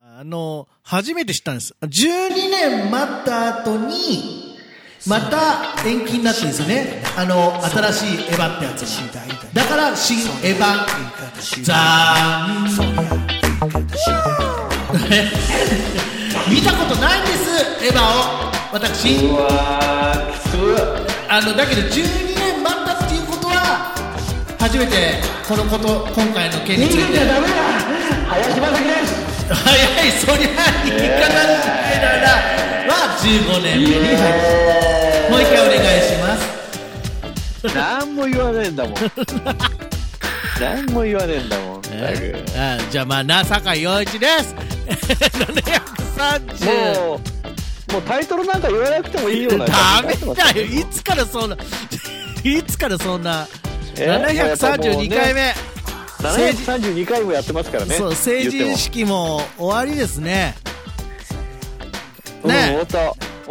あの、初めて知ったんです。12年待った後に、また延期になってるんですよね。あの、新しいエヴァってやつが。だから、新エヴァ、ザーン。 見たことないんです、エヴァを。私。あのだけど12年待ったっていうことは初めてこのこと今回の件についてダメだ林正樹です早いそりゃ言い方みたいなは15年目に入るもう一回お願いします何も言わねえんだもん何も言わねえんだもんあじゃあまあな酒井陽一です730もうもうタイトルなんか言わなくてもいいようなダメだよいつからそんないつからそんなえやっぱもう732ね回目732回もやってますからねそう成人式も終わりですねねね終わった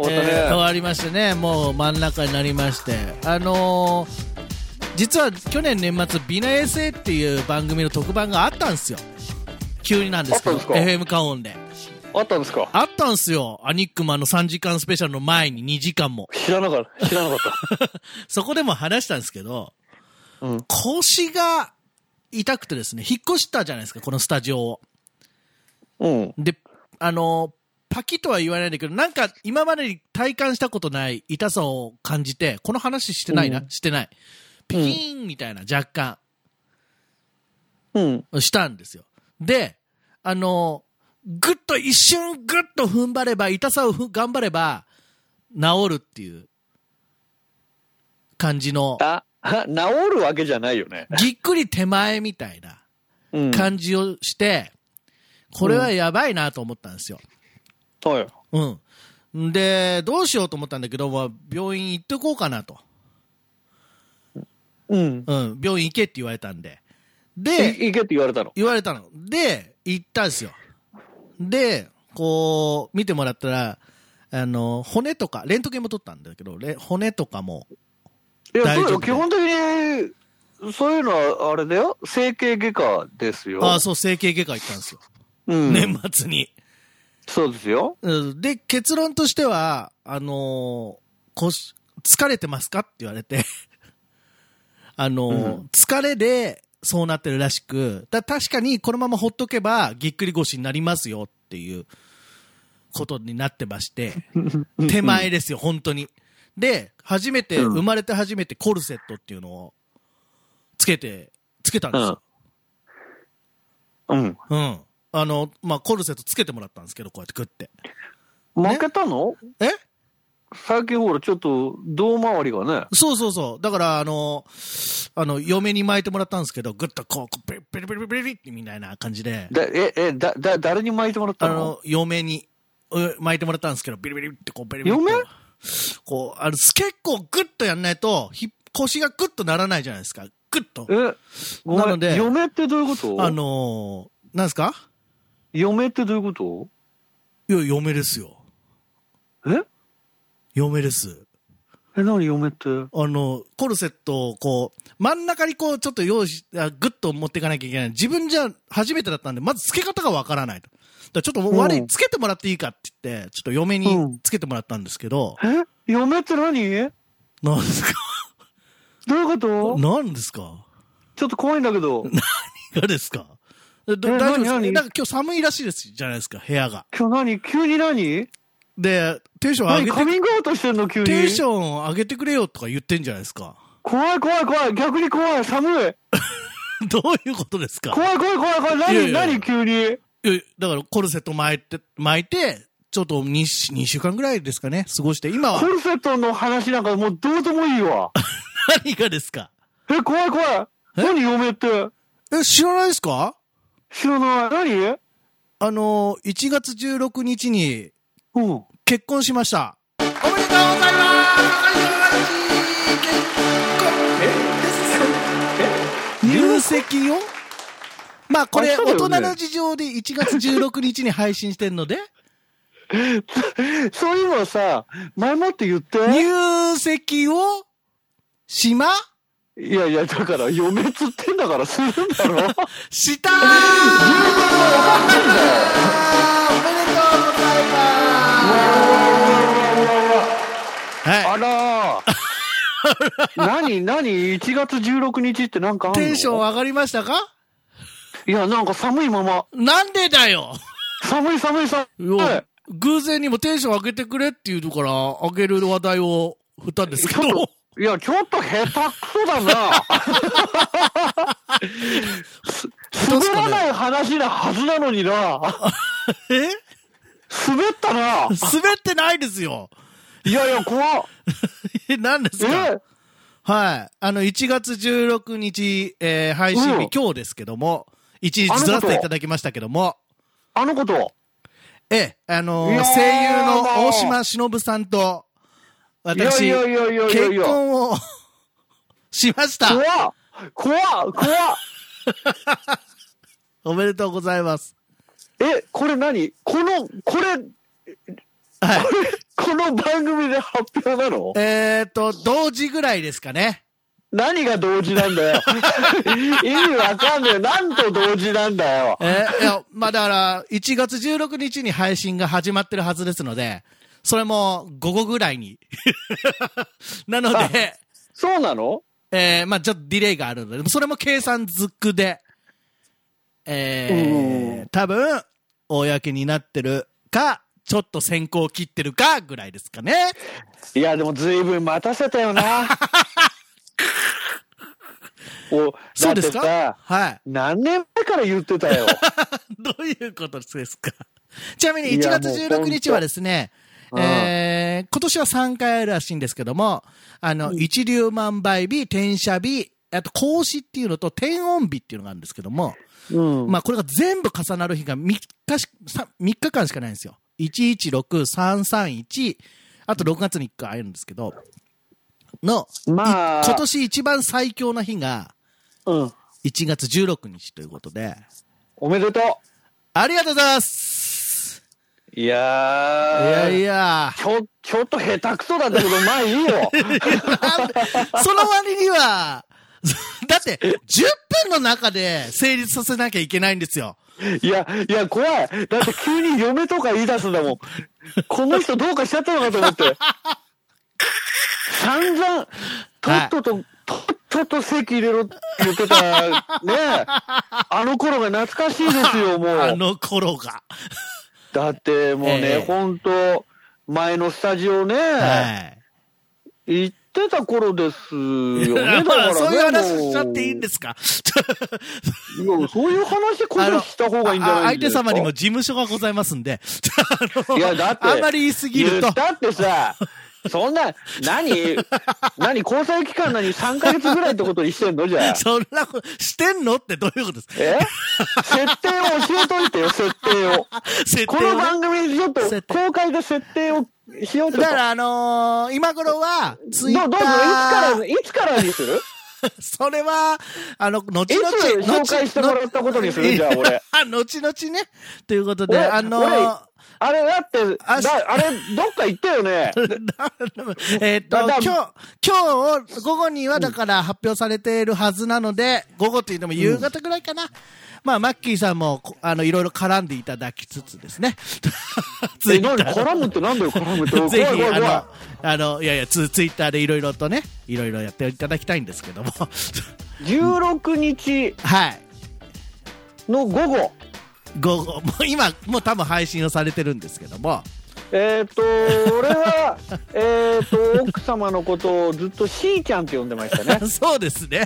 終わっえーた変ねわりましてねもう真ん中になりましてあのー実は去年年末「ビナエセ」っていう番組の特番があったんですよ急になんですけあどったんです FM カオンであったんですかあったんですよアニックマンの3時間スペシャルの前に2時間も 知らなかった知らなかっそこでも話したんですけどた、うん、腰が痛くてですね引っ越したじゃないですかこのスタジオをうん。で、あの、パキとは言わないんだけど、なんか今までに体感したことない痛さを感じて、この話してないな、うんしてない。ピキーンみたいな若うん。干したんですよ。で、あの、ぐっと一瞬ぐっと踏ん張れば、痛さをふ頑張れば、治るっていう感じの、あ、は治るわけじゃないよね。ぎっくり手前みたいなうん。はい。感じをして、これはやばいなと思ったんですよ。うん。で、どうしようと思ったんだけど、まあ、病院行ってこうかなと。うん。うん。病院行けって言われたんで。いで、行けって言われたの。言われたの。で、行ったんですよ。で、こう、見てもらったら、あの、骨とか、レントゲンも取ったんだけど、レ骨とかも、いや、大丈夫そうよ。基本的に、そういうのは、あれだよ。整形外科ですよ。ああ、そう、整形外科行ったんですよ。うん。年末に。そうですよ。うんで、結論としては、あのー腰、疲れてますかって言われて、 あのーう疲れでそうなってるらしく、だ確かにこのままほっとけばぎっくり腰になりますよっていうことになってま して、手前ですよ、本当に。で、初めて、うん生まれて初めてコルセットっていうのをつけて、つけたんですよ。うん。うん。あの、まあ、コルセットつけてもらったんですけど、こうやってグって。負けたの、え最近ほら、ちょっと、胴回りがね。そうそうそう。だから、あの、あの、嫁に巻いてもらったんですけど、ぐっとこう、こうビリビリビリビリビリってみたいな感じで、だえ、え、だ、だ、誰に巻いてもらっあたのの、嫁にう巻いてもらったんですけど、ビリビリってこう、ビリビリって。嫁こう、あの、す結構ぐっとやんないと、ひ腰がぐっとならないじゃないですか。ぐっと。え、ごなめのん。で嫁ってどういうことあのー、なんですか嫁ってどういうこいや、嫁ですよ。とえ嫁です。え、何嫁ってあの、コルセットをこう、真ん中にこう、ちょっと用意し、あぐっと持っていかなきゃいけない。自分じゃ初めてだったんで、まず付け方がわからないと。だからちょっとうん悪い、付けてもらっていいかって言って、ちょっと嫁うんに付けてもらったんですけど、え嫁って何なんです かどういうことなんですかちょっと怖いんだけど、いかですかだだ大え丈夫何ですか何なんか今日寒いらしいですじゃないですか、部屋が。今日何急に何で、テンション上何げカて、ミングアウトしてんの急に。テンション上げてくれよとか言ってんじゃないですか。 怖い怖い怖い。逆に怖い。寒い。どういうことですか怖い怖い怖い怖い。何いやいや何急に。いやだからコルセット巻いて、巻いて、ちょっと 2, 2週間ぐらいですかね、過ごして、今はコルセットの話なんかもうどうでもいいわ。何がですかえ、怖い怖い。え何嫁って。え、知らないですか知らない。何あのー、1月16日にうん。結婚しました。おめでとうございます入籍をまあこれ、あそうだ大よね人の事情で1月16日に配信してんので、そういうのはさ、前もって言って。入籍をしまいやいや、だから嫁っつってん だからするんだろ。したー十分わかってんだよおめでとうございます何何 ?1 月16日ってなんかあんのテンション上がりましたかいや、なんか寒いまま。なんでだよ寒い寒い寒い。うわ偶然にもテンション上げてくれって言うのから、上げる話題を振ったんですけちょどっ、いや、ちょっと下手くそ だな。す滑らない話なはずなのにな。 え滑ったな。滑ってないですよ。いやいや、怖っ。え何ですかえはい。あの、1月16日、えー配信日、うん今日ですけども、1日ずらせていただきましたけども、あのこと。ええ、あのーいやー声優の大島忍さんと、いや私、いやいやいやいやい結や。婚を しました。怖っ。怖っ。怖っ。おめでとうございます。え、これ何この、これ、 はい。この番組で発表なのえっと、同時ぐらいですかね。何が同時な んだよ。意味わかんねえ。なんと同時なんだよ。えーいや、まあだから、1月16日に配信が始まってるはずですので、それも午後ぐらいに。 なので、そうなのえーまあちょっとディレイがあるので、それも計算ずくで、うえー、多分、公になってるか、ちょっと先行切ってるか、ぐらいですかね。いや、でも随分待たせた よな。おそうですだかってさはい。何年前から言っ てたよ。どういうことですかちなみにい1や月16日はですね、もう本当えー、今年は3回あるらしいんですけども、あの、一粒万倍日、転写日、あと、孔子っていうのと天音日っていうのがあるんですけども、うん。まあ、これが全部重なる日が3日し、さ3日間しかないんですよ。116331、あと6月に1回あるんですけど、の、まあい今年一番最強な日がうん。 1月16日ということで、おめでとありがとうございますう。いやいー。やいや、ちょ、ちょっと下手くそだったけど、まあいい よ。なんでその割には、だって、10分の中で成立させなきゃいけないんですよ。いや、いや、怖い。だって急に嫁とか言い出すんだもん。この人どうかしちゃったのかと思って。散々、とっとと、とっとと席入れろって言ってた、ねえあの頃が懐かしいですよ、も あう。の頃が。だってもうね、ええほんと、前のスタジオね、はい。行ってた頃ですよね、だ かまら、あね。そういう話しちゃっていいんですすかそういう話こそした方がいいんじゃあない相で手すか様にも事務所がございますんで。あのいやだってあまり言いすぎると言っ。たっ てさ、そんな、何、何、交際期間なに3ヶ月ぐらいってことにしてんの じゃあ。そんなこと、してんのってどういうことですえ設定を教えといてよ、設定を。設こ定のをね番組、ちょっ設と定公開で設定をしようと。だからあのー今頃は、どツうイッどタうーぞ、いつから、いつからにするそれは、あの、後々、いつ紹介してもらったことにするじゃあ、俺。 あ、後々ね。ということ で、俺あ のー俺あれだって、あだあれ、どっか行ったよね。えーっと、だだ今日、今日、午後にはだから発表されているはずなので、午後というのも夕方ぐらいかな。まあ、マッキーさんも、こあの、いろいろ絡んでいただきつつですね。ツイ え、ッター何で絡むってなんだよ、絡むって。怖い ぜ怖ひ、いあ怖いの。、あの、いやいや、ツツイッターでいろいろとね、いろいろやっていただきたいんですけども。 16日はい。の午後。午後、もう今、もう多分配信をされてるんですけども。えー、と俺は えーと奥様のことをずっとしーちゃんって呼んでましたね そうですね。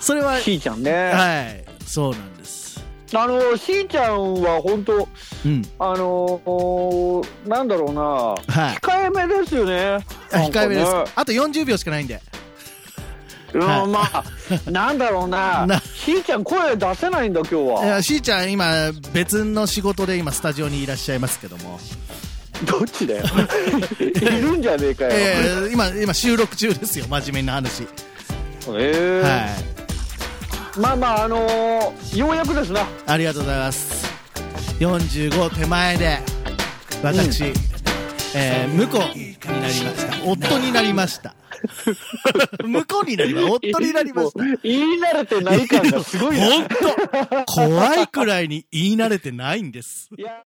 それは、しーちゃんね、はい、そうなんです。あのしーちゃんは本当うん。あのーなんだろうな、はい。控えめですよねあ控えめですなんかね。あと40秒しかないんで。うんはいまあ なんだろうななしーちゃん声出せないんだ今日いはや、しーちゃん今、別の仕事で今、スタジオにいらっしゃいますけども。どっちだよいるんじゃねえかよ ええー今、今収録中ですよ、真面目な話。ーはい。まあまああのーようやくですなありがとうございます。45手前で、私、えー、婿になりました。夫になりました。婿になりました。夫になりま した。もう言い慣れ てない感がすごいな本当怖いくらいに言い慣れてないんです。いや